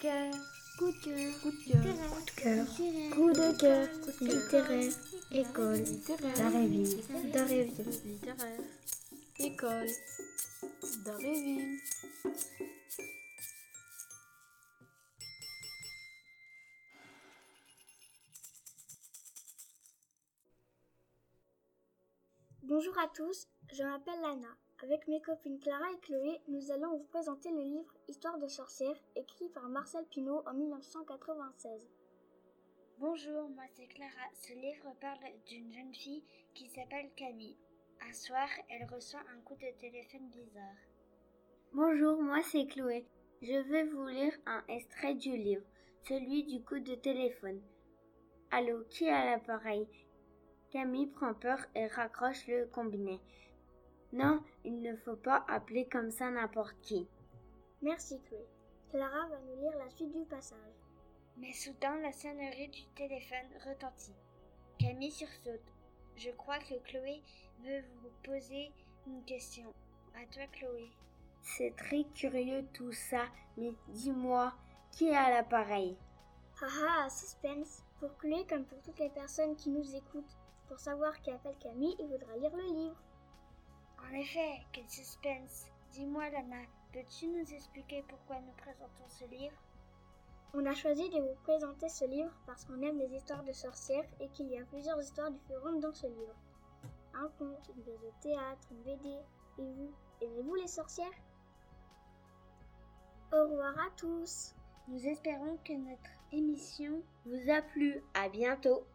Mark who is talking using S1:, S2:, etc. S1: cœur,
S2: coup de cœur,
S1: coup de cœur,
S2: terrain,
S3: cœur,
S2: littéraire,
S3: coup de cœur,
S2: coup de cœur,
S3: littéraire, école,
S1: littéraire,
S3: d'Aréville, d'Aréville,
S1: littéraire, école, d'Aréville.
S2: Bonjour à tous, je m'appelle Lana. Avec mes copines Clara et Chloé, nous allons vous présenter le livre Histoire de sorcières, écrit par Marcel Pinault en 1996.
S4: Bonjour, moi c'est Clara. Ce livre parle d'une jeune fille qui s'appelle Camille. Un soir, elle reçoit un coup de téléphone bizarre.
S5: Bonjour, moi c'est Chloé. Je vais vous lire un extrait du livre, celui du coup de téléphone. Allô, qui a l'appareil Camille prend peur et raccroche le combiné. Non, il ne faut pas appeler comme ça n'importe qui.
S2: Merci Chloé. Clara va nous lire la suite du passage.
S4: Mais soudain, la sonnerie du téléphone retentit. Camille sursaute. Je crois que Chloé veut vous poser une question. À toi, Chloé.
S5: C'est très curieux tout ça, mais dis-moi, qui a l'appareil
S2: Haha, suspense Pour Chloé comme pour toutes les personnes qui nous écoutent, pour savoir qui appelle Camille, il faudra lire le livre.
S4: En effet, quel suspense. Dis-moi, Lana, peux-tu nous expliquer pourquoi nous présentons ce livre
S2: On a choisi de vous présenter ce livre parce qu'on aime les histoires de sorcières et qu'il y a plusieurs histoires différentes dans ce livre. Un conte, une pièce de théâtre, une BD. Et vous, aimez-vous les sorcières Au revoir à tous
S4: Nous espérons que notre émission
S5: Vous a plu, à bientôt